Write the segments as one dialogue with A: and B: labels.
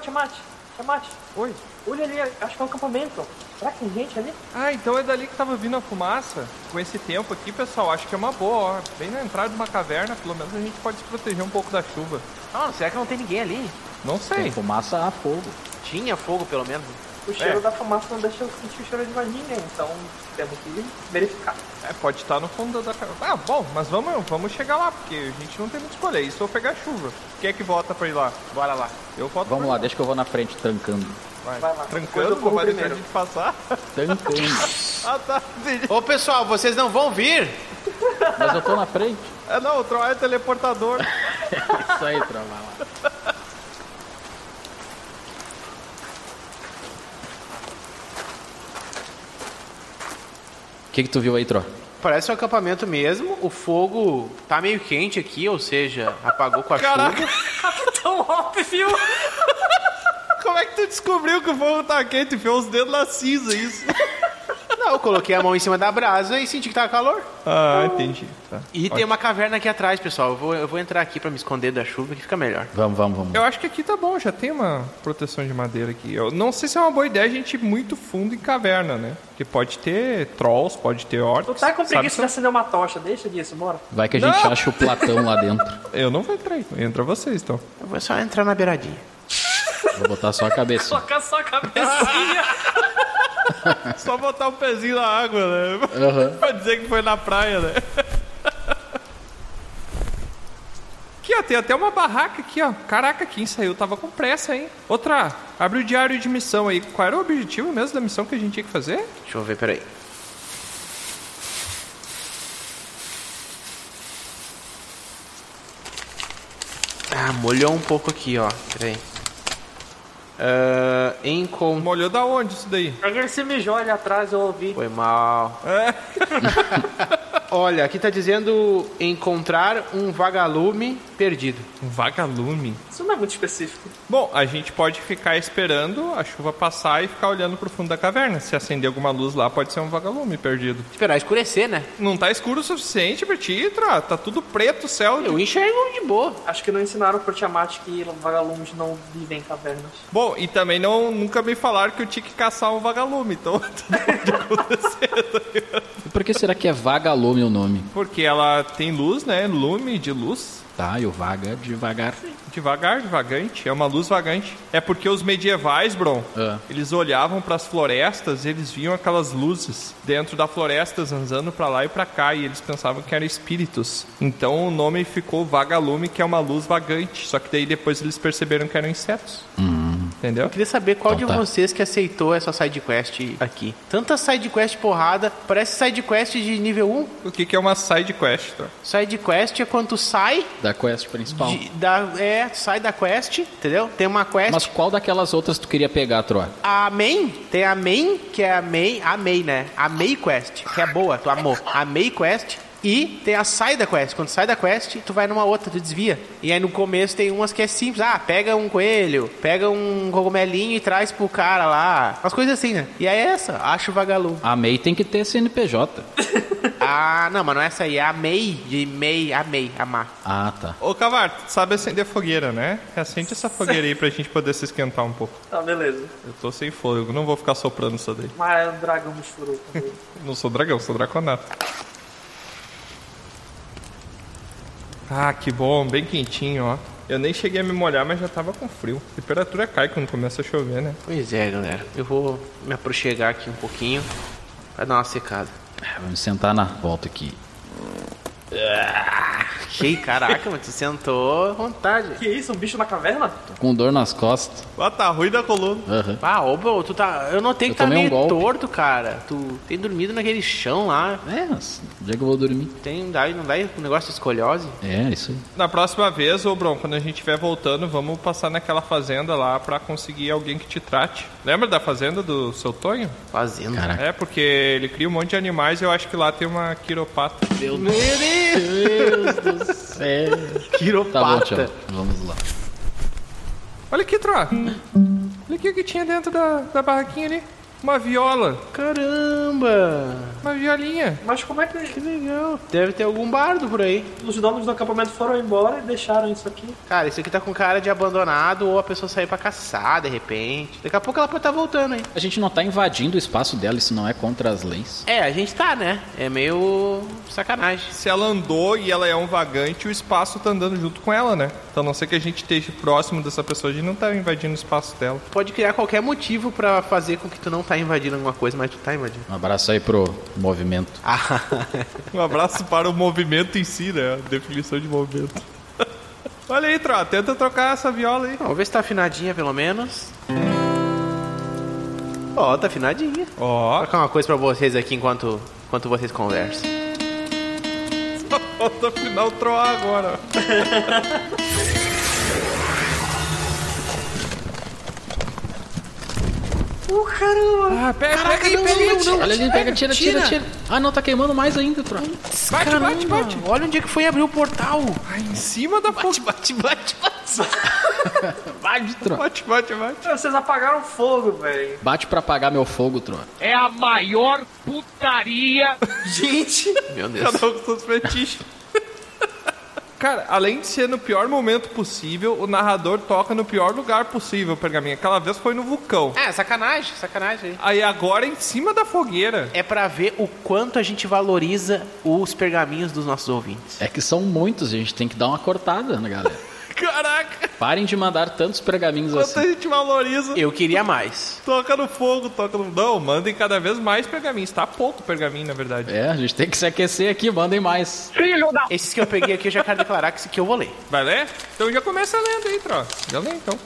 A: Tiamat, Tiamat,
B: Oi?
A: olha ali, acho que é um acampamento. Será que tem gente ali?
B: Ah, então é dali que tava vindo a fumaça. Com esse tempo aqui, pessoal, acho que é uma boa, ó. Bem na entrada de uma caverna, pelo menos a gente pode se proteger um pouco da chuva.
C: Não, Ah, será que não tem ninguém ali?
B: Não
D: Tem
B: sei.
D: fumaça a fogo.
C: Tinha fogo, pelo menos.
A: O cheiro da fumaça não deixa eu sentir o cheiro de vaginha, então temos que verificar.
B: É, pode estar no fundo da caverna. Ah, bom, mas vamos, vamos chegar lá, porque a gente não tem muito escolha. Isso ou pegar chuva. Quem é que vota pra ir lá?
C: Bora lá.
B: Eu voto
D: Vamos
B: pra
D: lá,
B: ir
D: deixa que eu vou na frente tancando.
B: Vai.
A: Vai lá. Depois
B: Trancando
A: eu
B: com
A: corro
B: o de
A: primeiro.
B: gente passar.
D: Tancando.
B: ah, tá. entendi.
C: Ô, pessoal, vocês não vão vir?
D: Mas eu tô na frente.
B: É, não, o Troll é teleportador.
D: Isso aí, trava lá. O que, que tu viu aí, Tro?
C: Parece um acampamento mesmo. O fogo tá meio quente aqui, ou seja, apagou com a
B: Caraca.
C: chuva.
A: Tão óbvio!
B: Como é que tu descobriu que o fogo tá quente? Enfiou os dedos na cinza, isso.
C: Não, eu coloquei a mão em cima da brasa e senti que tava calor.
B: Ah, entendi. Tá.
C: E tem uma caverna aqui atrás, pessoal. Eu vou, eu vou entrar aqui pra me esconder da chuva que fica melhor.
D: Vamos, vamos, vamos.
B: Eu acho que aqui tá bom, já tem uma proteção de madeira aqui. Eu não sei se é uma boa ideia a gente ir muito fundo em caverna, né? Porque pode ter trolls, pode ter
A: Tu
B: orcs.
A: tá com
B: sabe
A: preguiça
B: se-
A: de acender uma tocha, deixa disso, bora.
D: Vai que a gente
B: Não!
D: acha o Platão lá dentro.
B: Eu não vou entrar aí. Entra vocês, então.
C: Eu vou só entrar na beiradinha.
D: Vou botar só a cabeça.
A: Tocar só a cabecinha.
B: Só botar o pezinho na água, né?
D: Aham.
B: Pra dizer que foi na praia, né? Aqui, ó, tem até uma barraca aqui, ó. Caraca, quem saiu tava com pressa, hein? Outra, abre o diário de missão aí. Qual era o objetivo mesmo da missão que a gente tinha que fazer?
C: Deixa eu ver, peraí. Ah, molhou um pouco aqui, ó. Peraí. Ah, encon...
B: Molhou da onde isso daí?
A: É que ele se mijou ali atrás, eu ouvi.
C: Foi mal.
B: É.
C: Olha, aqui tá dizendo encontrar um vagalume perdido.
B: Um vagalume.
A: Isso não é muito específico.
B: Bom, a gente pode ficar esperando a chuva passar e ficar olhando pro fundo da caverna. Se acender alguma luz lá, pode ser um vagalume perdido.
C: Esperar escurecer, né?
B: Não tá escuro o suficiente pra ti, Tra. Tá tudo preto o céu.
C: Eu enxergo de boa.
A: Acho que não ensinaram pro Tiamat que vagalumes não vivem em cavernas.
B: Bom, e também não, nunca me falaram que eu tinha que caçar um vagalume, então
D: E por que será que é vagalume o nome?
B: Porque ela tem luz, né? Lume de luz.
D: Tá, e o vaga devagar.
B: Devagar, vagante. É uma luz vagante. É porque os medievais, Bron,
D: Ah.
B: eles olhavam pras florestas, eles viam aquelas luzes dentro da floresta andando pra lá e pra cá, e eles pensavam que eram espíritos. Então o nome ficou vagalume, que é uma luz vagante. Só que daí depois eles perceberam que eram insetos. Entendeu?
C: Queria saber qual
D: Então
C: de
D: tá.
C: vocês que aceitou essa sidequest aqui. Tanta sidequest porrada, parece sidequest de nível 1.
B: O que, que é uma side quest? Tá?
C: Sidequest é quando tu sai
D: Da quest principal.
C: de- da, é, tu sai da quest, entendeu? Tem uma quest.
D: Mas qual daquelas outras tu queria pegar, Tro?
C: A main, tem a main, que é a main, a main, né? A main quest, que é boa, tu amou. A main quest e tem a side da quest. Quando tu sai da quest, tu vai numa outra, tu desvia. E aí no começo tem umas que é simples. Ah, pega um coelho, pega um cogumelinho e traz pro cara lá. Umas coisas assim, né? E aí é essa, acha o vagalume.
D: A MEI tem que ter CNPJ.
C: Ah, não, mas não é essa aí, é a May, de May, a May, amar.
D: Ah, tá.
B: Ô, Cavar, tu sabe acender fogueira, né? Acende essa fogueira aí pra gente poder se esquentar um pouco.
A: Tá, beleza.
B: Eu tô sem fôlego, não vou ficar soprando isso daí.
A: Mas é um dragão misturuco.
B: Não sou dragão, sou draconato. Ah, que bom, bem quentinho, ó. Eu nem cheguei a me molhar, mas já tava com frio. A temperatura cai quando começa a chover, né?
C: Pois é, galera. Eu vou me aproxegar aqui um pouquinho pra dar uma secada.
D: Ah, Vamos sentar na volta aqui.
C: Ei, caraca, mas tu sentou à vontade.
A: que isso, um bicho na caverna?
D: Tô com dor nas costas.
B: Ah, tá ruim da coluna.
D: Aham.
C: Ah, ô, bro, tu tá. Eu notei
D: Eu
C: que tá
D: tomei um
C: meio
D: golpe.
C: torto, cara. Tu tem dormido naquele chão lá.
D: É, mas onde é que eu vou dormir?
C: Tem, dá, não dá um negócio de escoliose?
D: É, isso aí.
B: Na próxima vez, ô Bron, quando a gente estiver voltando, vamos passar naquela fazenda lá pra conseguir alguém que te trate. Lembra da fazenda do seu Tonho?
C: Fazendo.
D: Caraca.
B: É, porque ele cria um monte de animais e eu acho que lá tem uma quiropata.
C: Meu Deus!
D: É. Tá bom, tchau.
C: Quiropata.
D: Vamos lá.
B: Olha aqui, Tro. Olha aqui o que tinha dentro da, da barraquinha ali. Uma viola.
C: Caramba!
B: Uma violinha.
A: Mas como é que
C: Que legal. Deve ter algum bardo por aí.
A: os donos do acampamento foram embora e deixaram isso aqui?
C: Cara, isso aqui tá com cara de abandonado ou a pessoa saiu pra caçar, de repente. Daqui a pouco ela pode estar voltando, hein?
D: A gente não tá invadindo o espaço dela, isso não é contra as leis.
C: É, a gente tá, né? É meio sacanagem.
B: Se ela andou e ela é um vagante, o espaço tá andando junto com ela, né? Então a não ser que a gente esteja próximo dessa pessoa, a gente não tá invadindo o espaço dela.
C: Pode criar qualquer motivo pra fazer com que tu não tá invadindo alguma coisa, mas tu tá invadindo.
D: Um abraço aí pro movimento.
C: Ah,
B: Um abraço para o movimento em si, né? A definição de movimento. Olha aí, Tro, tenta trocar essa viola aí.
C: vamos ver se tá afinadinha pelo menos. Ó, tá afinadinha. Vou
B: Ó,
C: colocar uma coisa pra vocês aqui enquanto, enquanto vocês conversam.
B: só falta afinar Tá o troar agora.
A: Uh, caramba!
B: Ah, pega, pega aí, pega aí.
D: Olha ali, pega, tira, tira, tira. Ah, não, tá queimando mais ainda, Tro.
B: Bate, bate,
C: Caramba,
B: bate.
C: Olha onde é que foi abrir o portal.
B: Ai, em cima da fogo. Bate, bate,
D: Vai, Tro.
B: bate, bate, bate.
A: Vocês apagaram o fogo, velho.
D: Bate pra apagar meu fogo, Tro.
E: é a maior putaria
A: Gente!
C: Meu Deus.
B: Cada um com seus fetiches. Cara, além de ser no pior momento possível, o narrador toca no pior lugar possível o pergaminho. Aquela vez foi no vulcão.
C: É, sacanagem, sacanagem aí.
B: Aí agora é em cima da fogueira.
C: É pra ver o quanto a gente valoriza os pergaminhos dos nossos ouvintes.
D: É que são muitos, a gente tem que dar uma cortada na galera.
B: Caraca,
D: Parem de mandar tantos pergaminhos
B: quanto a
D: assim.
B: gente valoriza.
C: Eu queria mais.
B: Toca no fogo, toca no. Não, mandem cada vez mais pergaminhos. Tá pouco pergaminho, na verdade.
D: É, a gente tem que se aquecer aqui, mandem mais.
E: filho da
C: Esses que eu peguei aqui eu já quero declarar que esse aqui eu vou ler.
B: Vai ler? Então já começa lendo aí, Tro. Já lê então.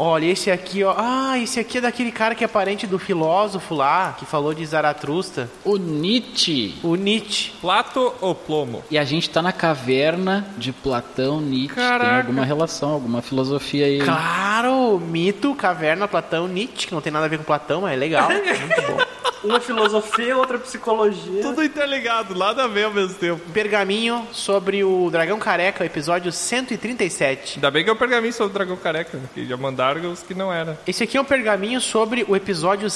C: Olha, esse aqui, ó. Ah, esse aqui é daquele cara que é parente do filósofo lá, que falou de Zaratrusta,
D: O Nietzsche.
C: o Nietzsche.
B: Plato ou plomo?
D: E a gente tá na caverna de Platão, Nietzsche. Tem
B: Caraca.
D: alguma relação, alguma filosofia aí.
C: Claro, mito, caverna, Platão, Nietzsche, que não tem nada a ver com Platão, mas é legal. Muito bom.
A: Uma filosofia, outra psicologia.
B: Tudo interligado, nada a ver ao mesmo tempo.
C: Pergaminho sobre o Dragão Careca, episódio 137.
B: Ainda bem que é o pergaminho sobre o dragão careca, né? que já mandaram os que não era.
C: Esse aqui é um pergaminho sobre o episódio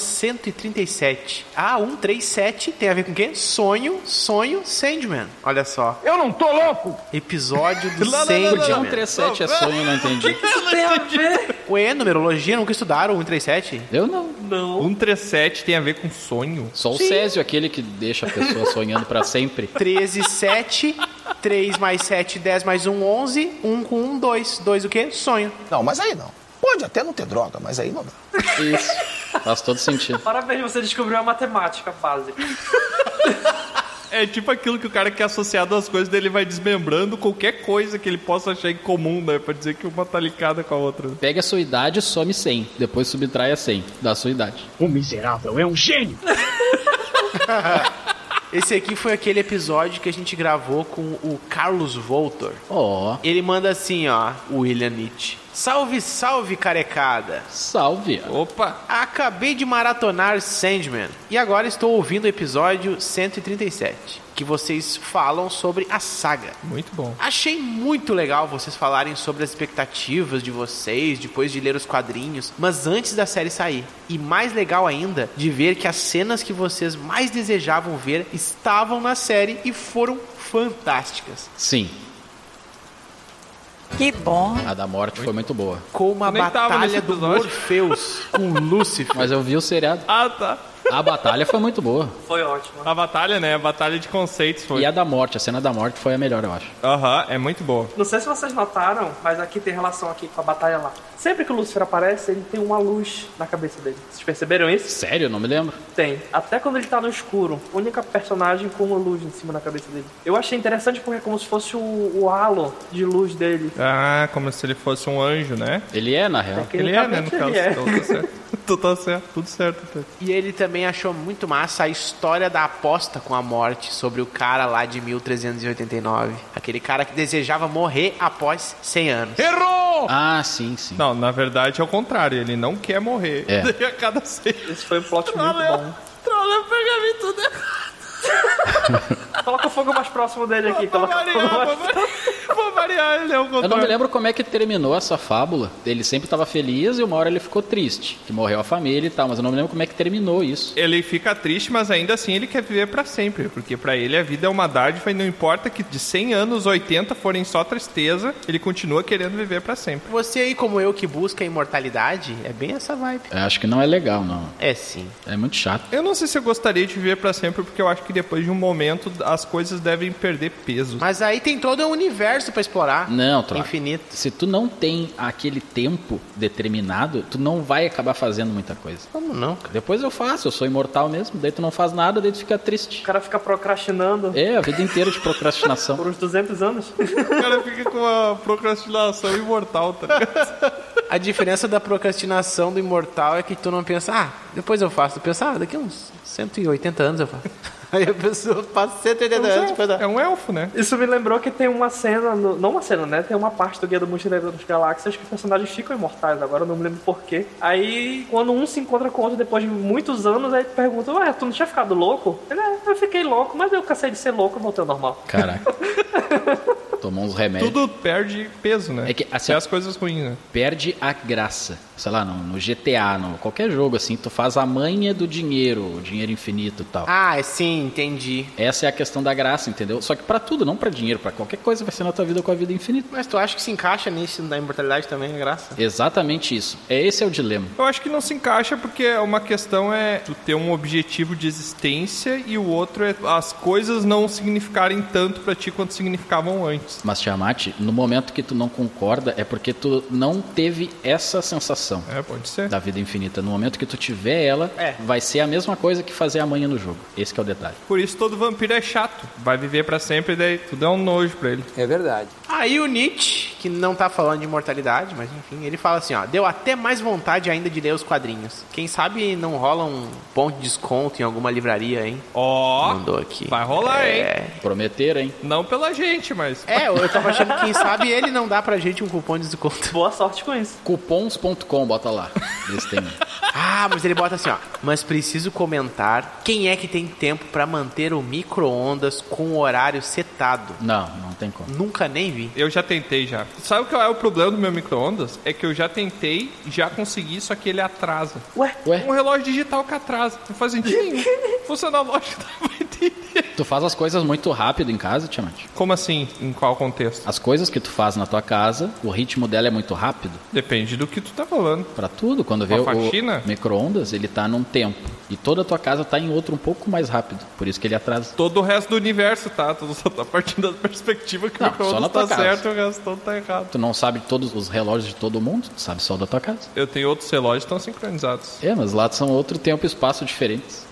C: 137. Ah, 137 tem a ver com o quê? Sonho, sonho, Sandman. Olha só.
E: Eu não tô louco!
C: Episódio do
B: Lá, lá, lá, um, lá,
C: Sandman.
D: Por que
B: não, não.
D: 137 é sonho, não entendi.
A: tem a ver?
C: Ué, numerologia, nunca estudaram um o 137?
D: Eu não.
A: Não.
B: 137 tem a ver com sonho?
D: Só o Césio, aquele que deixa a pessoa sonhando pra sempre.
C: 13, 7, 3 mais 7, 10 mais 1, 11, 1 com 1, 2. 2 o quê? Sonho.
F: Não, mas aí não. Pode até não ter droga, mas aí não dá.
D: Isso. Faz todo sentido.
A: Parabéns, você descobriu a matemática básica.
B: É tipo aquilo que o cara quer associar duas coisas, daí ele vai desmembrando qualquer coisa que ele possa achar em comum, né? Pra dizer que uma tá ligada com a outra.
D: Pega a sua idade e some 100. Depois subtrai a 100 da sua idade.
E: O miserável é um gênio!
C: Esse aqui foi aquele episódio que a gente gravou com o Carlos Voltor.
D: Ó,
C: Ele manda assim, ó, William Nietzsche. Salve, salve, carecada.
D: salve.
B: Opa!
C: Acabei de maratonar Sandman e agora estou ouvindo o episódio 137, que vocês falam sobre a saga.
B: Muito bom.
C: Achei muito legal vocês falarem sobre as expectativas de vocês depois de ler os quadrinhos, mas antes da série sair. E mais legal ainda, de ver que as cenas que vocês mais desejavam ver estavam na série e foram fantásticas.
D: Sim,
G: Que bom.
D: a da morte foi muito boa.
C: Como a
B: Eu nem tava
C: batalha
B: nesse
C: do
B: episódio.
C: Morpheus com Lúcifer.
D: Mas eu vi o seriado.
B: Ah, tá.
D: A batalha foi muito boa.
A: Foi ótimo.
B: A batalha, né? A batalha de conceitos foi.
D: E a da morte, a cena da morte foi a melhor, eu acho.
B: Aham, é muito boa.
A: Não sei se vocês notaram, mas aqui tem relação aqui com a batalha lá. Sempre que o Lúcifer aparece, ele tem uma luz na cabeça dele. Vocês perceberam isso?
D: Sério, não me lembro.
A: Tem. Até quando ele tá no escuro, única personagem com uma luz em cima da cabeça dele. Eu achei interessante porque é como se fosse o, o halo de luz dele.
B: Ah, como se ele fosse um anjo, né?
D: Ele é, na real.
B: Ele é, né? No caso,
A: Ele é.
B: então tá certo. Tu tá certo, tudo certo. Pedro.
C: E ele também achou muito massa a história da aposta com a morte sobre o cara lá de 1389. Aquele cara que desejava morrer após 100 anos.
D: Ah, sim, sim.
B: Não, na verdade é o contrário, ele não quer morrer.
D: É.
B: Daí a cada seis.
A: Esse foi um plot muito
B: Valeu.
A: bom.
B: Troleu o pergaminho tudo errado.
A: Coloca o fogo mais próximo dele aqui.
B: Vou
A: Coloca o fogo
B: variar,
A: mais
B: vou variar. Vou variar, ele é o
D: Eu não me
B: Gotor.
D: lembro como é que terminou essa fábula. Ele sempre tava feliz e uma hora ele ficou triste. Que morreu a família e tal, mas eu não me lembro como é que terminou isso.
B: Ele fica triste, mas ainda assim ele quer viver pra sempre, porque pra ele a vida é uma dádiva e não importa que de 100 anos 80 forem só tristeza, ele continua querendo viver pra sempre.
C: Você aí, como eu, que busca a imortalidade, é bem essa vibe.
D: Eu acho que não é legal, não.
C: É sim.
D: É muito chato.
B: Eu não sei se eu gostaria de viver pra sempre, porque eu acho que depois de um momento as coisas devem perder peso.
C: Mas aí tem todo um universo pra explorar.
D: Não, Troca.
C: Infinito.
D: Se tu não tem aquele tempo determinado, tu não vai acabar fazendo muita coisa.
C: Como não, cara?
D: Depois eu faço, eu sou imortal mesmo. Daí tu não faz nada, daí tu fica
A: O
D: triste.
A: cara fica procrastinando
D: É, a vida inteira de procrastinação.
A: por uns 200 anos.
B: O cara fica com a procrastinação imortal, tá ligado?
C: A diferença da procrastinação do imortal é que tu não pensa, ah, depois eu faço. Tu pensa, ah, daqui uns 180 anos eu faço. Aí a pessoa passa 180 anos tipo, tá. depois da...
B: É um elfo, né?
A: Isso me lembrou que tem uma cena, no- não uma cena, né? Tem uma parte do Guia do Mochileiro das Galáxias que os personagens ficam imortais, agora eu não me lembro porquê. Aí, quando um se encontra com o outro depois de muitos anos, aí pergunta, ué, tu não tinha ficado louco? Ele, é, eu fiquei louco, mas eu cansei de ser louco e voltei ao normal.
D: Caraca. Tomou uns remédios.
B: Tudo perde peso, né?
D: É que, assim,
B: Até
D: ó.
B: as coisas ruins, né?
D: perde a graça. Sei lá, no, no GTA, no qualquer jogo assim, tu faz a manha do dinheiro, o dinheiro infinito e tal.
C: Ah, sim, entendi.
D: Essa é a questão da graça, entendeu? Só que pra tudo, não pra dinheiro, pra qualquer coisa vai ser na tua vida com a vida infinita.
C: Mas tu acha que se encaixa nisso da imortalidade também, é graça?
D: Exatamente isso. É esse é o dilema.
B: Eu acho que não se encaixa porque uma questão é tu ter um objetivo de existência e o outro é as coisas não significarem tanto pra ti quanto significavam antes.
D: Mas Tiamat, no momento que tu não concorda, é porque tu não teve essa sensação
B: É, pode ser.
D: da vida infinita. No momento que tu tiver ela,
C: É.
D: vai ser a mesma coisa que fazer a manha no jogo. Esse que é o detalhe.
B: Por isso todo vampiro é chato. Vai viver pra sempre, daí tudo é um nojo pra ele.
C: Aí o Nietzsche, que não tá falando de imortalidade, mas enfim, ele fala assim, ó, deu até mais vontade ainda de ler os quadrinhos. Quem sabe não rola um bom desconto em alguma livraria, hein?
B: Ó,
C: Mandou aqui.
B: vai rolar, hein?
C: É.
D: Prometeram, hein?
B: Não pela gente, mas.
C: É, eu tava achando que quem sabe ele não dá pra gente um cupom de desconto.
A: Boa sorte com isso.
D: Cupons.com, bota lá. Vê se tem.
C: Ah, mas ele bota assim, ó. Mas preciso comentar quem é que tem tempo pra manter o micro-ondas com o horário setado.
D: Não, não tem como.
C: Nunca nem vi.
B: Eu já tentei já. Sabe qual é o problema do meu micro-ondas? É que eu já tentei, já consegui, só que ele atrasa.
A: Ué,
D: Ué?
B: Um relógio digital que atrasa. Não faz sentido nenhum. Funciona lógico, não vai entender.
D: Tu faz as coisas muito rápido em casa, Tiamat?
B: Como assim? Em qual contexto?
D: As coisas que tu faz na tua casa, o ritmo dela é muito rápido.
B: Depende do que tu tá falando.
D: Pra tudo, quando vê
B: Uma
D: o
B: faxina?
D: micro-ondas, ele tá num tempo. E toda a tua casa tá em outro um pouco mais rápido. Por isso que ele é atrasa.
B: Todo o resto do universo, tá? Tu só tá partindo da perspectiva que
D: Não,
B: o
D: só na
B: micro-ondas
D: tua
B: tá
D: casa.
B: certo e o resto todo tá errado.
D: Tu não sabe todos os relógios de todo mundo, tu sabe só da tua casa.
B: Eu tenho outros relógios que estão sincronizados.
D: É, mas lá são outro tempo e espaço diferentes.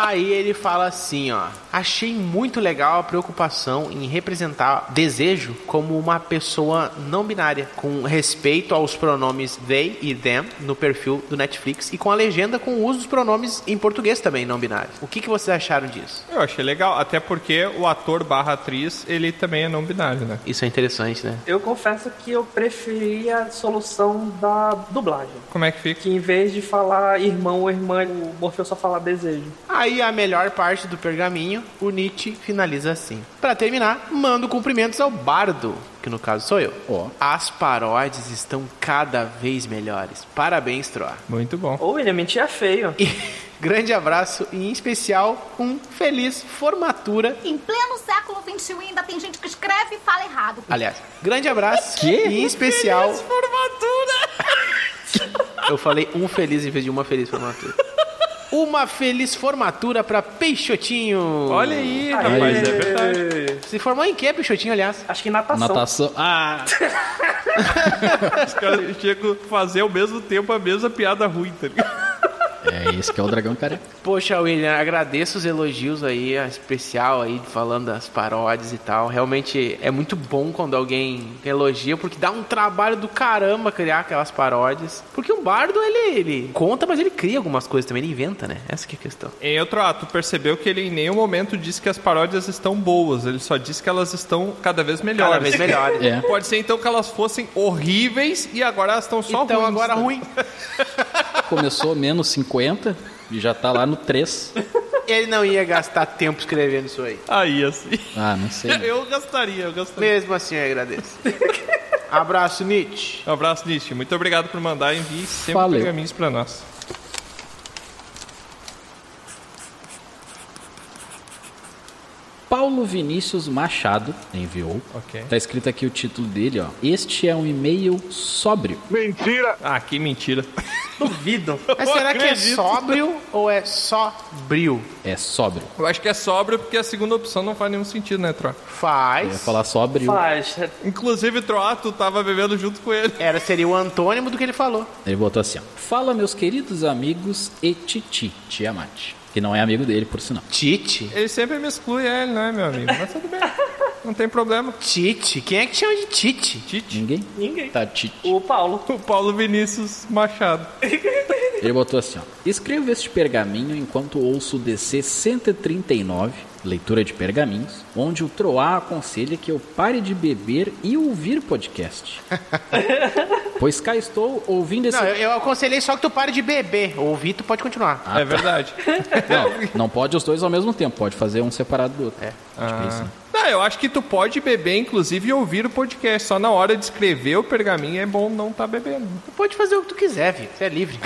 C: Aí ele fala assim, ó. Achei muito legal a preocupação em representar desejo como uma pessoa não binária, com respeito aos pronomes they e them no perfil do Netflix e com a legenda com o uso dos pronomes em português também não binário. O que, que vocês acharam disso?
B: Eu achei legal, até porque o ator barra atriz, ele também é não binário, né?
C: Isso é interessante, né?
A: eu confesso que eu preferi a solução da dublagem.
B: Como é que fica?
A: Que em vez de falar irmão ou irmã, o Morfeu só fala desejo.
C: Aí a melhor parte do pergaminho, o Nietzsche finaliza assim. Pra terminar, mando cumprimentos ao bardo, que no caso sou eu.
D: Ó.
C: As paródias estão cada vez melhores. Parabéns, Troa.
B: Muito bom.
A: Ou ele é mentia feio.
C: E grande abraço e em especial um feliz formatura.
G: Em pleno século XXI ainda tem gente que escreve e fala errado.
C: Aliás, grande abraço e em especial feliz formatura. Eu falei um feliz em vez de uma feliz formatura. Uma feliz formatura pra Peixotinho.
B: Olha aí, rapaz, é verdade.
C: Se formou em que, Peixotinho, aliás?
A: Acho que natação.
D: Natação. Ah!
B: Os caras chegam a fazer ao mesmo tempo a mesma piada ruim, tá ligado?
D: É esse que é o dragão careca.
C: Poxa, William, agradeço os elogios aí, a especial aí, falando das paródias e tal. Realmente é muito bom quando alguém elogia, porque dá um trabalho do caramba criar aquelas paródias. Porque um bardo, ele, ele conta, mas ele cria algumas coisas também, ele inventa, né? Essa que é a questão.
B: Em outro ato, percebeu que ele em nenhum momento disse que as paródias estão boas, ele só disse que elas estão cada vez melhores.
C: Cada vez melhor.
D: É.
B: Pode ser então que elas fossem horríveis e agora elas estão só
C: então
B: ruins.
C: agora
B: né?
C: ruim.
D: Começou menos 50 e já tá lá no 3.
C: ele não ia gastar tempo escrevendo isso aí.
B: Aí, assim.
D: Ah, não sei.
B: Eu gastaria, eu gastaria.
C: Mesmo assim, eu agradeço. Abraço, Nietzsche.
B: Um abraço, Nietzsche. Muito obrigado por mandar e envie sempre
D: Valeu.
B: pergaminhos pra nós.
D: Paulo Vinícius Machado enviou.
B: Ok.
D: Tá escrito aqui o título dele, ó. Este é um e-mail sóbrio.
B: Ah, que mentira.
A: Duvido.
C: Mas será que é
B: acredito.
C: sóbrio ou é sóbrio?
D: É sóbrio.
B: Eu acho que é sóbrio porque a segunda opção não faz nenhum sentido, né, Troa?
D: Eu ia
C: Faz.
D: falar sóbrio.
A: Mas,
B: Inclusive, Troa, tu tava bebendo junto com ele.
C: Era, seria o antônimo do que ele falou.
D: Ele botou assim, ó. Fala, meus queridos amigos e Titi, Tiamat. Que não é amigo dele, por sinal.
C: Tite?
B: Ele sempre me exclui, é, ele não é meu amigo. Mas tudo bem. Não tem problema.
C: Tite? Quem é que chama de Tite?
B: Tite.
D: Ninguém?
A: ninguém.
D: Tá, Titi.
A: O Paulo.
B: O Paulo Vinícius Machado.
D: Ele botou assim, ó. Escrevo este pergaminho enquanto ouço o DC 139, leitura de pergaminhos, onde o Troá aconselha que eu pare de beber e ouvir podcast. pois cá estou ouvindo esse...
C: Não, eu, eu aconselhei só que tu pare de beber. Ouvir, tu pode continuar.
D: Ah,
B: é verdade.
D: Não, não pode os dois ao mesmo tempo, pode fazer um separado do outro.
C: É.
D: Acho que é isso, né?
B: Não, eu acho que tu pode beber, inclusive, e ouvir o podcast. Só na hora de escrever o pergaminho é bom não tá bebendo.
C: Tu pode fazer o que tu quiser, filho. Você é livre.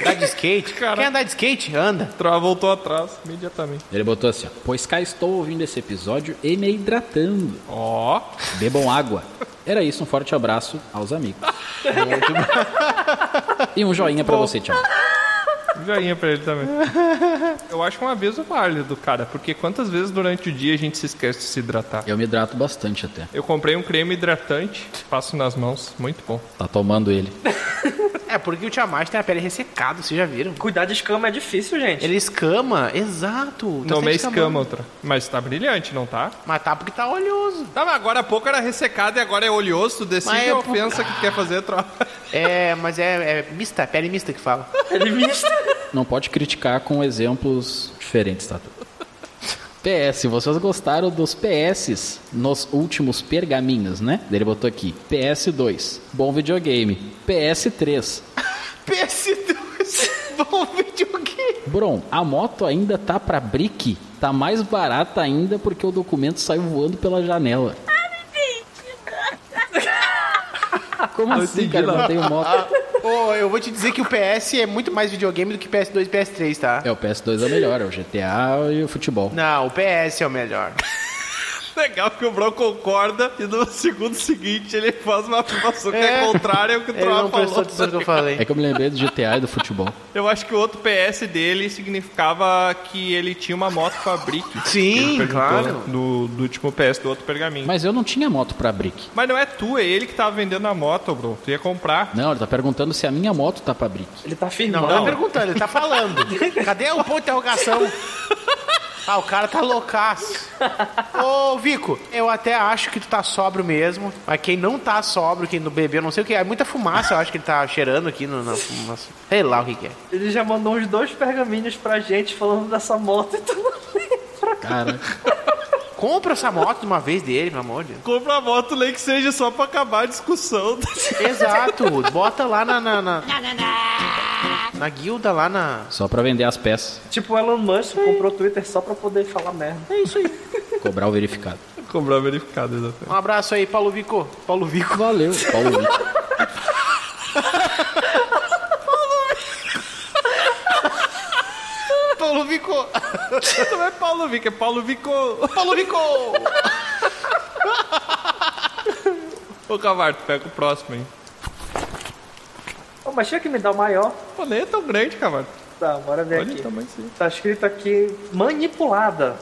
C: Andar de skate.
B: Cara.
C: Quer andar de skate? Anda.
B: Troa voltou atrás imediatamente.
D: Ele botou assim, ó. Pois cá estou ouvindo esse episódio e me hidratando.
B: Ó.
D: Bebam água. Era isso, um forte abraço aos amigos. E um joinha pra você, Thiago.
B: Um Joinha pra ele também. Eu acho um aviso válido, cara, porque quantas vezes durante o dia a gente se esquece de se hidratar?
D: Eu me hidrato bastante até.
B: Eu comprei um creme hidratante, passo nas mãos, muito bom.
D: Tá tomando ele.
C: É, porque o Tiamat tem a pele ressecada, vocês já viram.
A: Cuidar de escama é difícil, gente.
C: Ele escama, exato.
B: Não
C: sempre
B: me
C: escamando.
B: escama outra. Mas tá brilhante, não tá?
C: Mas tá porque tá oleoso.
B: Tá, mas agora há pouco era ressecado e agora é olhoso, tu decide
C: Mas é
B: a
C: por-
B: ofensa que quer fazer, troca.
C: É, mas é, é mista, pele mista que fala.
A: Ele mista.
D: Não pode criticar com exemplos diferentes, tá? PS, se vocês gostaram dos PS nos últimos pergaminhos, né? Ele botou aqui. PS2, bom videogame. PS3,
C: PS2, bom videogame.
D: Bron, a moto ainda tá pra brick? Tá mais barata ainda porque o documento saiu voando pela janela. Como assim,
B: entendi
D: cara?
B: nada.
D: Não tenho moto.
C: Ô, eu vou te dizer que o PS é muito mais videogame do que PS2 e PS3, tá?
D: É, o PS2 é o melhor, é o GTA e o futebol.
C: Não, o PS é o melhor.
B: Legal que o Bron concorda e no segundo seguinte ele faz uma afirmação que
C: É.
B: é contrária ao que o
C: Ele
B: Troa
C: não prestou
B: falou.
C: atenção no que eu falei.
D: É que eu me lembrei do GTA e do futebol.
B: Eu acho que o outro PS dele significava que ele tinha uma moto fabrique.
C: Sim,
B: Ele perguntou né?
C: claro.
B: Do, do último PS do outro pergaminho. Mas...
D: Mas eu não tinha moto pra brick.
B: não é tu, é ele que tava vendendo a moto, bro. Tu ia comprar.
D: Não, ele tá perguntando se a minha moto tá pra brick.
A: Ele tá
C: Não,
A: firmando.
C: não tá perguntando, ele tá falando. Cadê o ponto de interrogação? Ah, o cara tá loucaço. Ô, Vico, eu até acho que tu tá sóbrio mesmo. Mas quem não tá sóbrio, quem não bebeu, não sei o que. É muita fumaça, eu acho que ele tá cheirando aqui no, na fumaça. Sei lá o que que é.
A: Ele já mandou uns dois pergaminhos pra gente falando dessa moto e tudo.
D: Cara,
C: Compra essa moto de uma vez dele, pelo amor de Deus.
B: Compra a moto, nem que seja só pra acabar a discussão.
C: Exato, bota lá na... Na, na- na guilda, lá na...
D: só pra vender as peças,
A: tipo o Elon Musk comprou o Twitter só pra poder falar merda.
D: cobrar o verificado.
B: Comprar verificado, exatamente.
C: Um abraço aí, Paulo Vico. Paulo Vico.
D: Valeu, Paulo Vitor.
C: Paulo Vico.
B: Não é Paulo Vico, é Paulo Vico.
C: Paulo Vico.
B: Ô, Cavarto, pega o próximo aí.
A: Ô, mas tinha que me dar o maior.
B: Pô, nem é tão grande, Cavarto.
A: Tá, bora ver
B: Olha
A: aqui.
B: o tamanho assim.
A: Tá escrito aqui manipulada.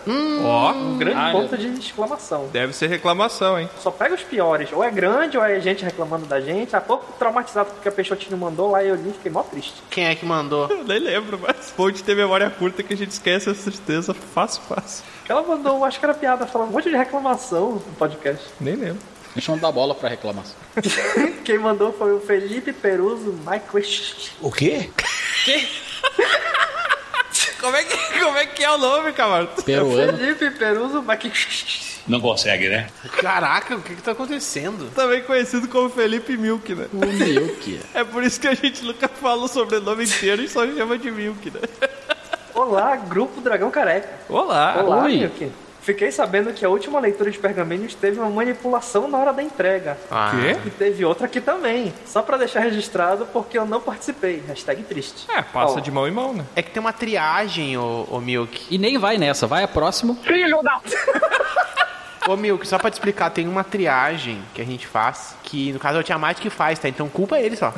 B: Ó,
A: Um grande
B: Ah, é.
A: ponto de exclamação.
B: Deve ser reclamação, hein?
A: Só pega os piores. Ou é grande, ou é gente reclamando da gente. Há pouco traumatizado porque a Peixotinho mandou lá e eu li fiquei mó triste.
C: Quem é que mandou?
B: Eu nem lembro, mas fonte tem memória curta que a gente esquece a certeza fácil, fácil.
A: Ela mandou, acho que era piada, falando um monte de reclamação no podcast.
B: Nem lembro.
D: Deixa eu não dar bola pra reclamação.
A: Quem mandou foi o Felipe Peruso Myquist.
F: O quê?
B: Como é que, como é, que é o nome, Cavarto?
D: Peruano.
A: Felipe Peruso Myquist.
E: Não consegue, né?
C: Caraca, o que que tá acontecendo?
B: Também conhecido como Felipe Milk, né?
D: O meu que é.
B: É por isso que a gente nunca fala o sobrenome inteiro e só chama de Milk, né?
A: Ô Olá, grupo Dragão Careca.
B: Olá!
A: Olá,
D: oi.
A: Milk. Fiquei sabendo que a última leitura de pergaminhos teve uma manipulação na hora da entrega.
C: Ah.
A: E
B: Quê?
A: teve outra aqui também. Só pra deixar registrado porque eu não participei. Hashtag triste.
B: É, passa
A: Ó,
B: de mão em mão, né?
C: É que tem uma triagem, ô, ô Milk.
D: E nem vai nessa, vai a próximo.
E: Filho da...
C: Ô Milk, só pra te explicar, tem uma triagem que a gente faz, que no caso é o Tiamat que faz, tá? Então culpa ele só.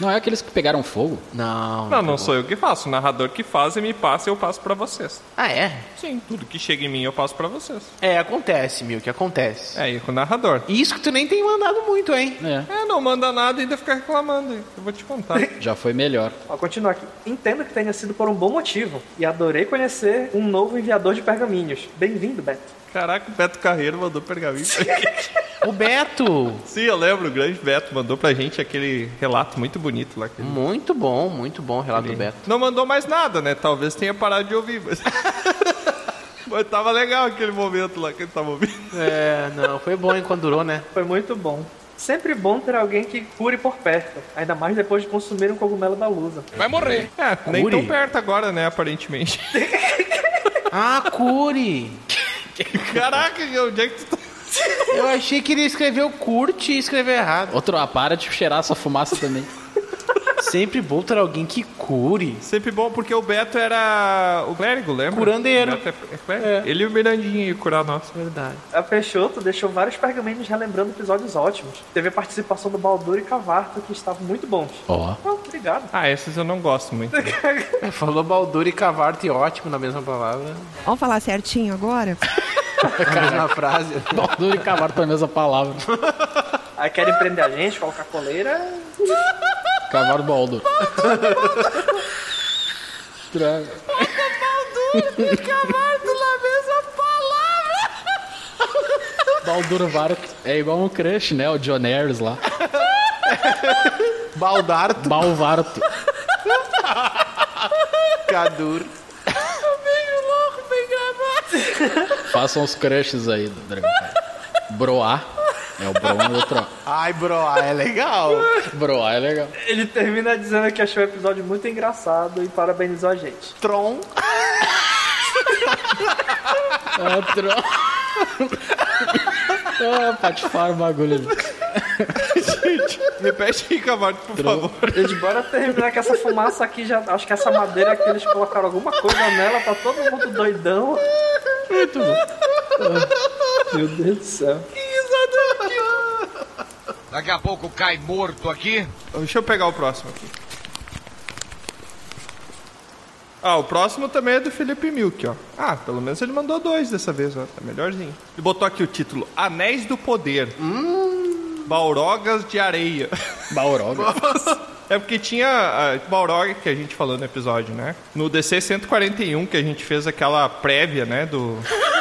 D: Não é aqueles que pegaram fogo?
C: Não.
B: Não, não sou eu que faço. O narrador que faz e me passa, eu passo pra vocês.
C: Ah, é?
B: Sim, tudo que chega em mim eu passo pra vocês.
C: É, acontece, Milk, acontece.
B: É, e com o narrador.
C: Isso que tu nem tem mandado muito, hein?
D: É,
B: É, não manda nada e ainda fica reclamando. hein? Eu vou te contar.
D: já foi melhor.
A: Ó, continua aqui. Entendo que tenha sido por um bom motivo. E adorei conhecer um novo enviador de pergaminhos. Bem-vindo, Beto.
B: Caraca, o Beto Carreiro mandou pergaminho pra gente.
C: O Beto!
B: Sim, eu lembro, o grande Beto mandou pra gente aquele relato muito bonito lá. Que ele-
C: Muito bom, muito bom o relato do Beto.
B: Não mandou mais nada, né? Talvez tenha parado de ouvir, mas... mas tava legal aquele momento lá que ele tava ouvindo.
C: É, não, foi bom enquanto durou, né?
A: Foi muito bom. Sempre bom ter alguém que cure por perto. Ainda mais depois de consumir um cogumelo da lusa.
E: Vai morrer.
B: É, nem
C: Curi.
B: tão perto agora, né? Aparentemente.
C: Ah, Curi!
B: Caraca, onde é que tu tá?
C: Eu achei que ele escreveu curte e escreveu errado.
D: Outro, ah, para de cheirar essa fumaça também.
C: Sempre bom ter alguém que cure.
B: Sempre bom, porque o Beto era o clérigo, lembra?
C: Curandeiro.
B: O Beto é- é clérigo. Ele e o Mirandinha iam curar nós.
C: Verdade.
A: A É, Peixoto deixou vários pergaminhos relembrando episódios ótimos. Teve a participação do Baldur e Cavarto, que estavam muito bons.
D: Ó.
A: Oh, obrigado.
B: Ah, esses eu não gosto muito.
C: É, Falou Baldur e Cavarto e ótimo na mesma palavra.
H: Vamos falar certinho agora?
C: Na mesma frase. né?
D: Duro e cavalo pra mesma palavra.
A: Aí querem prender a gente, colocar coleira.
D: Cavalo baldo. Tra- Baldur Varro é igual um crush, né? O John Harris lá.
C: Baldarto
D: Balvarto.
C: Cadur.
D: Façam os crushes aí do Dragão Careca. Broá. É o Broá e o outro. ó.
C: Ai, bro, ah, é legal.
D: Broá é legal.
A: Ele termina dizendo que achou o episódio muito engraçado e parabenizou a gente.
C: Tron.
D: Outro. ah, patifar o bagulho ali.
B: Repete aí, Cavarto, por favor.
A: Gente, bora terminar que essa fumaça aqui já. Acho que essa madeira aqui eles colocaram alguma coisa nela, tá todo mundo doidão.
D: Muito bom.
A: Meu Deus do céu.
E: Daqui a pouco cai morto aqui.
B: Deixa eu pegar o próximo aqui. Ah, o próximo também é do Felipe Milk, ó. Ah, pelo menos ele mandou dois dessa vez, ó. Tá melhorzinho. Ele botou aqui o título: Anéis do Poder. Balrogas de Areia.
D: Balroga.
B: É porque tinha tipo, a Balrog que a gente falou no episódio, né? No DC 141 que a gente fez aquela prévia, né? Do.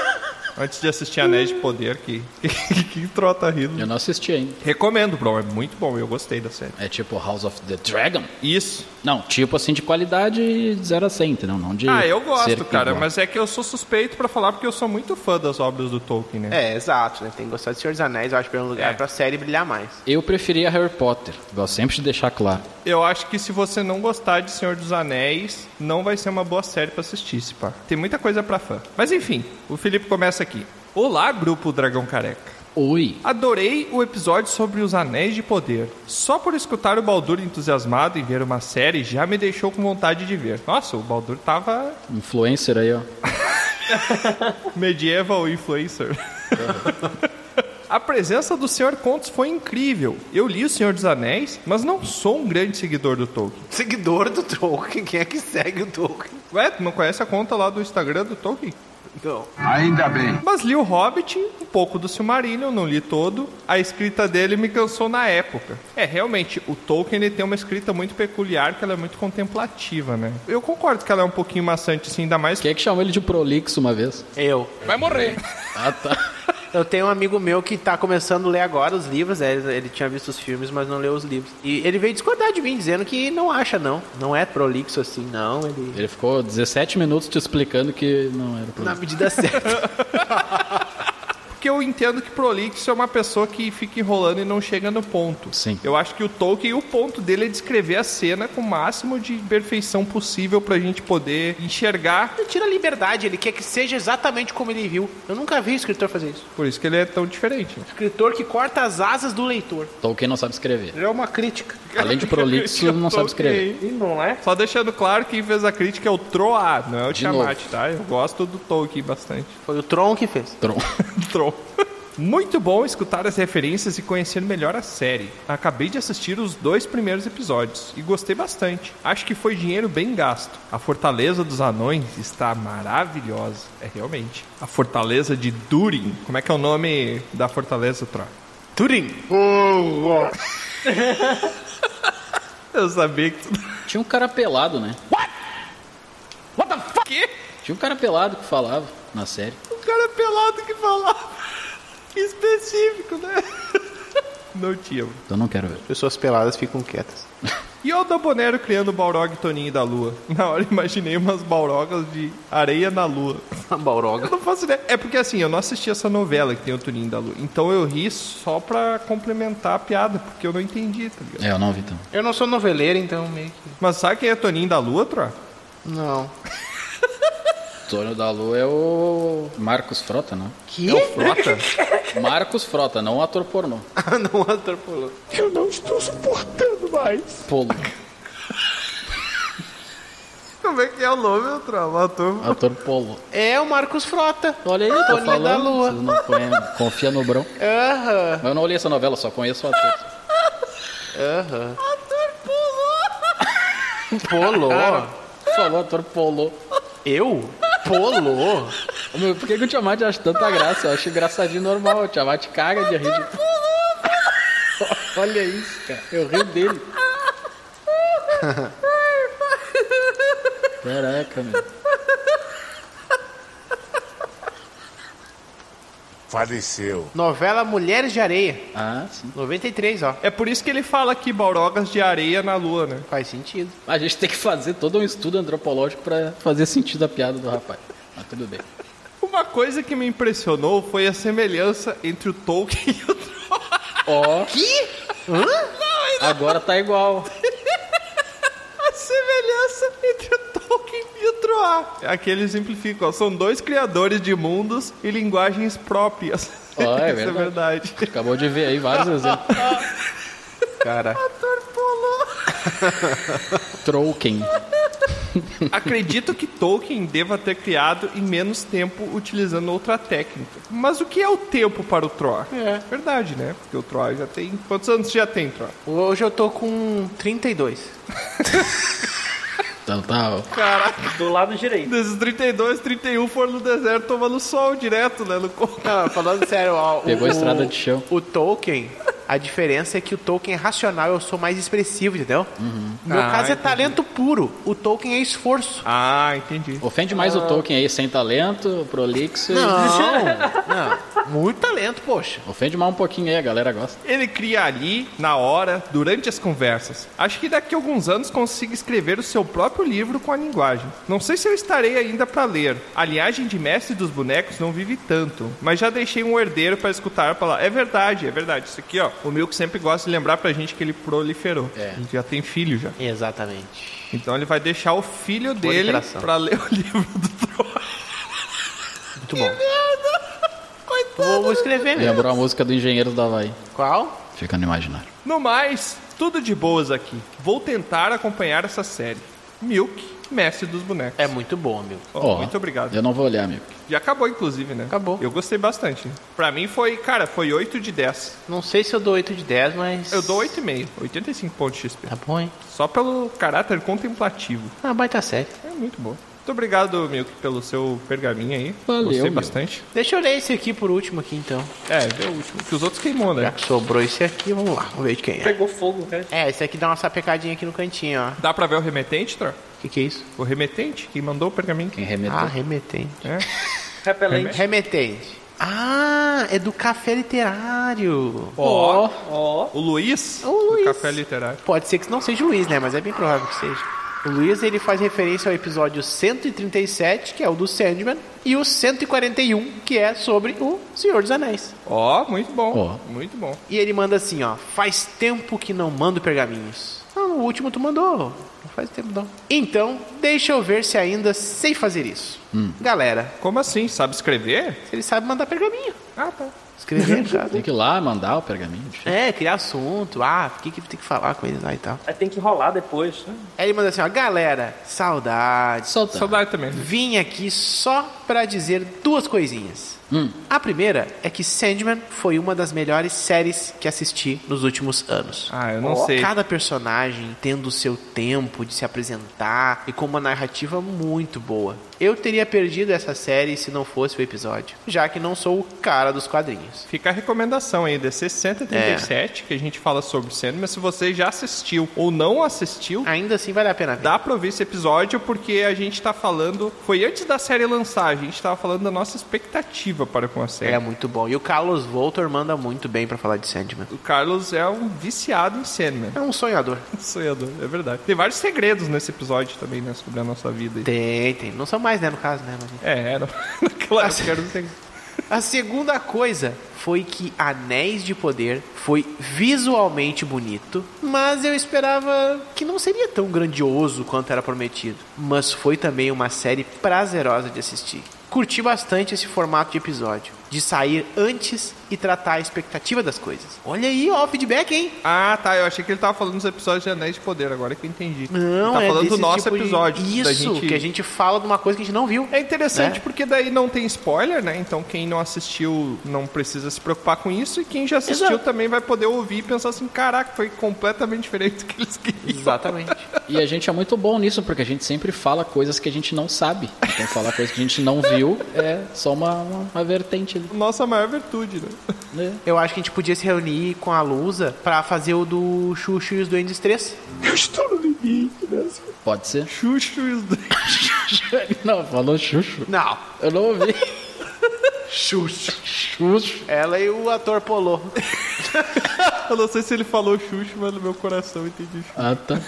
B: Antes de assistir Anéis de Poder, que. que trota rindo.
D: Eu não assisti ainda.
B: Recomendo, bro. É muito bom. Eu gostei da série.
D: É tipo House of the Dragon?
B: Isso.
D: Não, tipo assim de qualidade de 0 a 100, entendeu? Não de.
B: Ah, eu
D: ser
B: gosto, cara,
D: igual.
B: mas é que eu sou suspeito pra falar porque eu sou muito fã das obras do Tolkien, né?
C: É, exato, né? Tem que gostar de Senhor dos Anéis, eu acho que é um lugar
B: É.
C: pra série brilhar mais.
D: Eu preferia Harry Potter. Gosto sempre de deixar claro.
B: Eu acho que se você não gostar de Senhor dos Anéis, não vai ser uma boa série pra assistir, se pá. Tem muita coisa pra fã. Mas enfim, o Felipe começa aqui. Olá, grupo Dragão Careca.
D: Oi.
B: Adorei o episódio sobre os Anéis de Poder. Só por escutar o Baldur entusiasmado em ver uma série já me deixou com vontade de ver. Nossa, o Baldur tava
D: Influencer aí, ó.
B: Medieval Influencer. A presença do Sr. Contos foi incrível. Eu li O Senhor dos Anéis, mas não sou um grande seguidor do Tolkien.
C: Seguidor do Tolkien, quem é que segue o Tolkien?
B: Ué, tu não conhece a conta lá do Instagram do Tolkien?
C: Então,
E: Ainda bem.
B: Mas li o Hobbit, um pouco do Silmarillion, não li todo. A escrita dele me cansou na época. É, realmente, o Tolkien ele tem uma escrita muito peculiar, que ela é muito contemplativa, né? Eu concordo que ela é um pouquinho maçante, assim, ainda mais...
D: Quem é que chamou ele de prolixo uma vez?
C: eu.
E: Vai morrer.
D: Ah, tá.
C: Eu tenho um amigo meu que tá começando a ler agora os livros, né? ele, ele tinha visto os filmes, mas não leu os livros. E ele veio discordar de mim, dizendo que não acha, não. Não é prolixo assim, não. Ele.
D: Ele ficou 17 minutos te explicando que não era
C: Na
D: prolixo.
C: medida certa.
B: porque eu entendo que prolixo é uma pessoa que fica enrolando e não chega no ponto.
D: Sim.
B: Eu acho que o Tolkien, o ponto dele é descrever a cena com o máximo de perfeição possível pra gente poder enxergar.
C: Ele tira a liberdade, ele quer que seja exatamente como ele viu. Eu nunca vi um escritor fazer isso.
B: Por isso que ele é tão diferente.
C: Escritor que corta as asas do leitor.
D: Tolkien não sabe escrever.
C: Já é uma crítica.
D: Além de prolixo, não sabe escrever.
A: E não é?
B: Só deixando claro que quem fez a crítica é o Troá, não é o
D: De
B: Tiamat, tá? Eu gosto do Tolkien bastante.
C: Foi o Tron que fez.
D: Tron.
B: Troll. Muito bom escutar as referências e conhecer melhor a série. Acabei de assistir os dois primeiros episódios e gostei bastante. Acho que foi dinheiro bem gasto. A Fortaleza dos Anões está maravilhosa. É realmente. A Fortaleza de Durin. Como é que é o nome da Fortaleza, Tro?
C: Turing.
B: Eu sabia que tu...
D: Tinha um cara pelado, né?
B: Quê?
D: Tinha um cara pelado que falava na série.
B: O cara é pelado que falava. Que específico, né? Não tinha.
D: Então não quero ver.
C: Pessoas peladas ficam quietas.
B: E olha o Dabonero criando o Balrog Toninho da Lua. Na hora imaginei umas balrogas de areia na lua.
C: Uma
B: Eu
C: Balroga.
B: não faço ideia. É porque assim, eu não assisti essa novela que tem o Toninho da Lua. Então eu ri só pra complementar a piada, porque eu não entendi, tá ligado?
D: É, eu não vi então.
C: Eu não sou noveleiro, então meio que.
B: Mas sabe quem é Toninho da Lua, Tro?
C: Não.
D: Antônio da Lua é o Marcos Frota, não?
C: Que?
B: É o Frota?
D: Marcos Frota, não o ator pornô.
C: não antropolou.
D: Polo.
B: Como é que é o nome, Tro? Matou.
D: Ator Polo.
C: É o Marcos Frota.
D: Olha aí, eu tô
C: Antônio
D: falando.
C: da Lua.
D: Vocês não conhecem. Confia no Brão.
C: Aham.
D: Mas eu não olhei essa novela, só conheço o ator.
C: Aham. Polo. Polo.
D: Falou ator Polo.
C: Eu? Polo?
D: Meu, por que, que o Tiamat acha tanta graça? Eu acho engraçadinho normal. O Tiamat caga de rir. De... Olha isso, cara. Eu rio dele. Caraca, meu.
I: Faleceu.
C: Novela Mulheres de Areia.
D: Ah, sim.
C: 93, ó.
B: É por isso que ele fala aqui, balrogas de areia na lua, né?
C: Faz sentido.
D: A gente tem que fazer todo um estudo antropológico pra fazer sentido a piada do rapaz. Mas tudo bem.
B: Uma coisa que me impressionou foi a semelhança entre o Tolkien e o Tro.
D: Ó. Que? Hã? Agora tá igual.
B: A semelhança entre o Tolkien e o Troá. É Aqui ele simplifica, ó. São dois criadores de mundos e linguagens próprias.
D: Ó, é
B: Isso
D: verdade.
B: é verdade.
D: Acabou de ver aí vários exemplos.
C: Cara.
D: Trollken.
B: Acredito que Tolkien deva ter criado em menos tempo utilizando outra técnica. Mas o que é o tempo para o Troá? É verdade, né? Porque o Troá já tem. Quantos anos já tem, Troá?
C: Hoje eu tô com 32.
D: Então tá, ó.
B: Caraca,
A: Do lado direito.
B: desses 32, 31 foram no deserto tomando sol direto, né? No corpo.
C: Não, falando sério, ó. o-
D: Pegou a estrada
C: o-
D: de chão.
C: O Tolkien, a diferença é que o Tolkien é racional, eu sou mais expressivo, entendeu?
D: Uhum.
C: Meu
B: Ah,
C: caso é
B: entendi.
C: talento puro. O Tolkien é esforço.
B: Ah, entendi.
D: Ofende mais o Tolkien aí, sem talento, prolixo.
C: Não, não. Muito talento, poxa.
D: Ofende mais um pouquinho aí, a galera gosta.
B: Ele cria ali, na hora, durante as conversas. Acho que daqui a alguns anos consiga escrever o seu próprio livro com a linguagem. Não sei se eu estarei ainda para ler. A linhagem de mestre dos bonecos não vive tanto, mas já deixei um herdeiro para escutar falar. É verdade, é verdade. Isso aqui, ó. O Milk sempre gosta de lembrar pra gente que ele proliferou.
D: É.
B: Ele já tem filho já.
C: Exatamente.
B: Então ele vai deixar o filho dele
C: Proliferação.
B: para ler o livro do Troll.
C: Muito bom. Vou, vou escrever mesmo.
D: Lembrou a música do Engenheiro da Havaí.
C: Qual?
D: Fica no imaginário.
B: No mais, tudo de boas aqui. Vou tentar acompanhar essa série. Milk, mestre dos bonecos.
C: É muito bom, amigo.
B: Ó,
D: Ó,
B: muito obrigado.
D: Eu não vou olhar, amigo.
B: Já acabou, inclusive, né?
C: Acabou.
B: Eu gostei bastante. Pra mim foi, cara, foi 8 de 10.
C: Não sei se eu dou 8 de 10, mas.
B: Eu dou 8,5. 85 pontos de XP.
C: Tá bom, hein?
B: Só pelo caráter contemplativo.
C: Ah, baita série.
B: É muito bom. Muito obrigado, Milk, pelo seu pergaminho aí.
D: Valeu,
B: Gostei
D: Milk.
B: bastante.
C: Deixa eu ler esse aqui por último aqui, então.
B: É, deu o último. Que os outros queimou,
C: Já
B: né?
C: que sobrou esse aqui, vamos lá. Vamos ver de quem é.
A: Pegou fogo, né?
C: É, esse aqui dá uma sapecadinha aqui no cantinho, ó.
B: Dá pra ver o remetente, Tro?
C: O que, que é isso?
B: O remetente? Quem mandou o pergaminho?
D: Quem remeteu.
C: Ah, remetente.
B: É.
C: É.
A: Repelente.
C: Remetente. Ah, é do café literário.
B: Ó.
A: Ó.
B: O Luiz,
C: O Luiz.
B: do Café Literário.
C: Pode ser que não seja o Luiz, né? Mas é bem provável que seja. O Luiz ele faz referência ao episódio 137, que é o do Sandman, e o 141, que é sobre o Senhor dos Anéis.
B: Ó, muito bom.
D: Ó.
B: Muito bom.
C: E ele manda assim, ó. Faz tempo que não mando pergaminhos. Ah, o último tu mandou. Não faz tempo não. Então, deixa eu ver se ainda sei fazer isso. Galera,
B: Como assim? Sabe escrever?
C: ele sabe mandar pergaminho.
B: Ah, tá.
C: Escrever,
D: Tem
C: sabe?
D: que ir lá mandar o pergaminho.
C: É, criar assunto. Ah, o que que tem que falar com ele lá e tal.
A: Aí tem que enrolar depois. né?
C: Aí ele manda assim, ó. Galera, saudades.
D: Solta.
B: Saudade também.
C: Vim aqui só pra dizer duas coisinhas.
B: Hum.
C: A primeira é que Sandman foi uma das melhores séries que assisti nos últimos anos.
B: Ah, eu não sei.
C: Cada personagem tendo o seu tempo de se apresentar e com uma narrativa muito boa. Eu teria perdido essa série se não fosse o episódio, já que não sou o cara dos quadrinhos.
B: Fica a recomendação aí, DC 137, que a gente fala sobre Sandman. Se você já assistiu ou não assistiu,
C: Ainda assim vale a pena ver.
B: dá pra ouvir esse episódio, porque a gente tá falando... Foi antes da série lançar, a gente tava falando da nossa expectativa para com a série.
C: É muito bom. E o Carlos Voltor manda muito bem pra falar de Sandman.
B: O Carlos é um viciado em Sandman.
C: É um sonhador.
B: Sonhador, é verdade. Tem vários segredos nesse episódio também, né? Sobre a nossa vida.
C: Tem, tem. Não são mais, né, no caso, né? Mas...
B: É, era. Naquela época era um segredo.
C: A segunda coisa foi que Anéis de Poder foi visualmente bonito, mas eu esperava que não seria tão grandioso quanto era prometido. Mas foi também uma série prazerosa de assistir. Curti bastante esse formato de episódio, de sair antes e tratar a expectativa das coisas. Olha aí, ó, o feedback, hein?
B: Ah, tá. Eu achei que ele tava falando dos episódios de Anéis de Poder, agora que eu entendi.
C: Não,
B: ele tá
C: é
B: falando do
C: desse
B: nosso
C: tipo de-
B: episódio. da
C: Isso, que a gente fala de uma coisa que a gente não viu.
B: É interessante
C: né?
B: porque daí não tem spoiler, né? Então quem não assistiu não precisa se preocupar com isso. E quem já assistiu
C: Exato.
B: também vai poder ouvir e pensar assim: caraca, foi completamente diferente do que eles queriam.
C: Exatamente.
D: E a gente é muito bom nisso, porque a gente sempre fala coisas que a gente não sabe. Então falar coisas que a gente não viu é só uma, uma, uma vertente ali.
B: Nossa maior virtude, né?
D: né?
C: Eu acho que a gente podia se reunir com a Lusa pra fazer o do Xuxu e os Duendes 3.
D: Pode ser?
B: Chuchu e os dois.
D: Não, falou Xuxo.
C: Não,
D: Eu não ouvi.
C: Xuxa.
D: Xuxo.
C: Ela e o ator Polô.
B: Eu não sei se ele falou Xuxa, mas no meu coração eu entendi Xuxa.
D: Ah, tá.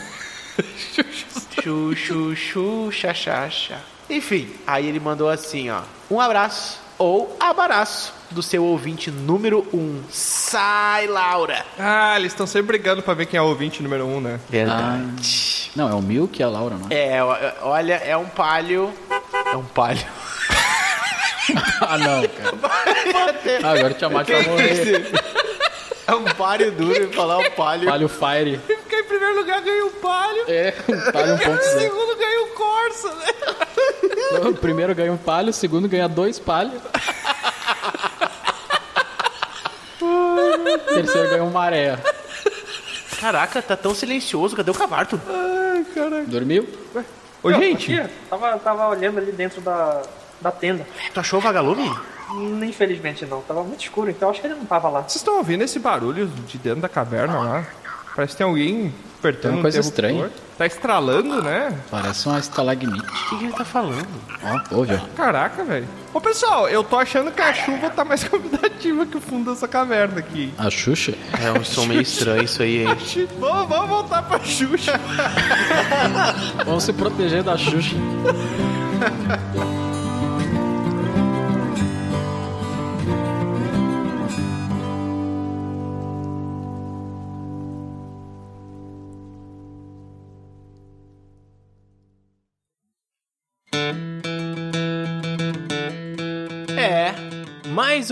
C: Xu, xu, xu, xa, xa, xa. Enfim, aí ele mandou assim, ó. Um abraço ou abraço do seu ouvinte número um. Sai, Laura.
B: Ah, eles estão sempre brigando pra ver quem é o ouvinte número um, né?
C: Verdade.
D: Não, é o Milk e a Laura, não é?
C: É, ó, ó, olha, é um palho. É um palho.
D: Ah, não, cara. Ah, agora o Tiamat vai morrer.
C: É um palho duro e falar um palho.
D: Palio Fire.
B: Fiquei em primeiro lugar, ganhei o palho.
D: É, um Palio 1.0.
B: segundo, ganhei
C: um
B: o Corsa, né?
D: O primeiro ganha um palio, o segundo ganha dois palhos. O terceiro ganha uma areia.
C: Caraca, tá tão silencioso. Cadê o Cavarto?
B: Ai, caraca.
D: Dormiu?
B: Ô,
A: Eu,
B: gente,
A: aqui, tava, tava olhando ali dentro da, da tenda.
C: Tu achou o Tá vagalume?
A: Hum, Infelizmente não, tava muito escuro, então acho que ele não tava lá.
B: vocês estão ouvindo esse barulho de dentro da caverna lá? Parece que tem alguém apertando
D: Tem uma coisa
B: um
D: estranha.
B: interruptor. Tá estralando, né?
D: Parece uma estalagmite.
C: O que, que ele tá falando?
D: Ó, ouve, ó.
B: Caraca, velho. Ô, pessoal, eu tô achando que a chuva tá mais convidativa que o fundo dessa caverna aqui.
D: A Xuxa?
C: É um som meio estranho isso aí, hein?
B: Vamos, vamos voltar pra Xuxa.
D: Vamos se proteger da Xuxa.
C: É, mais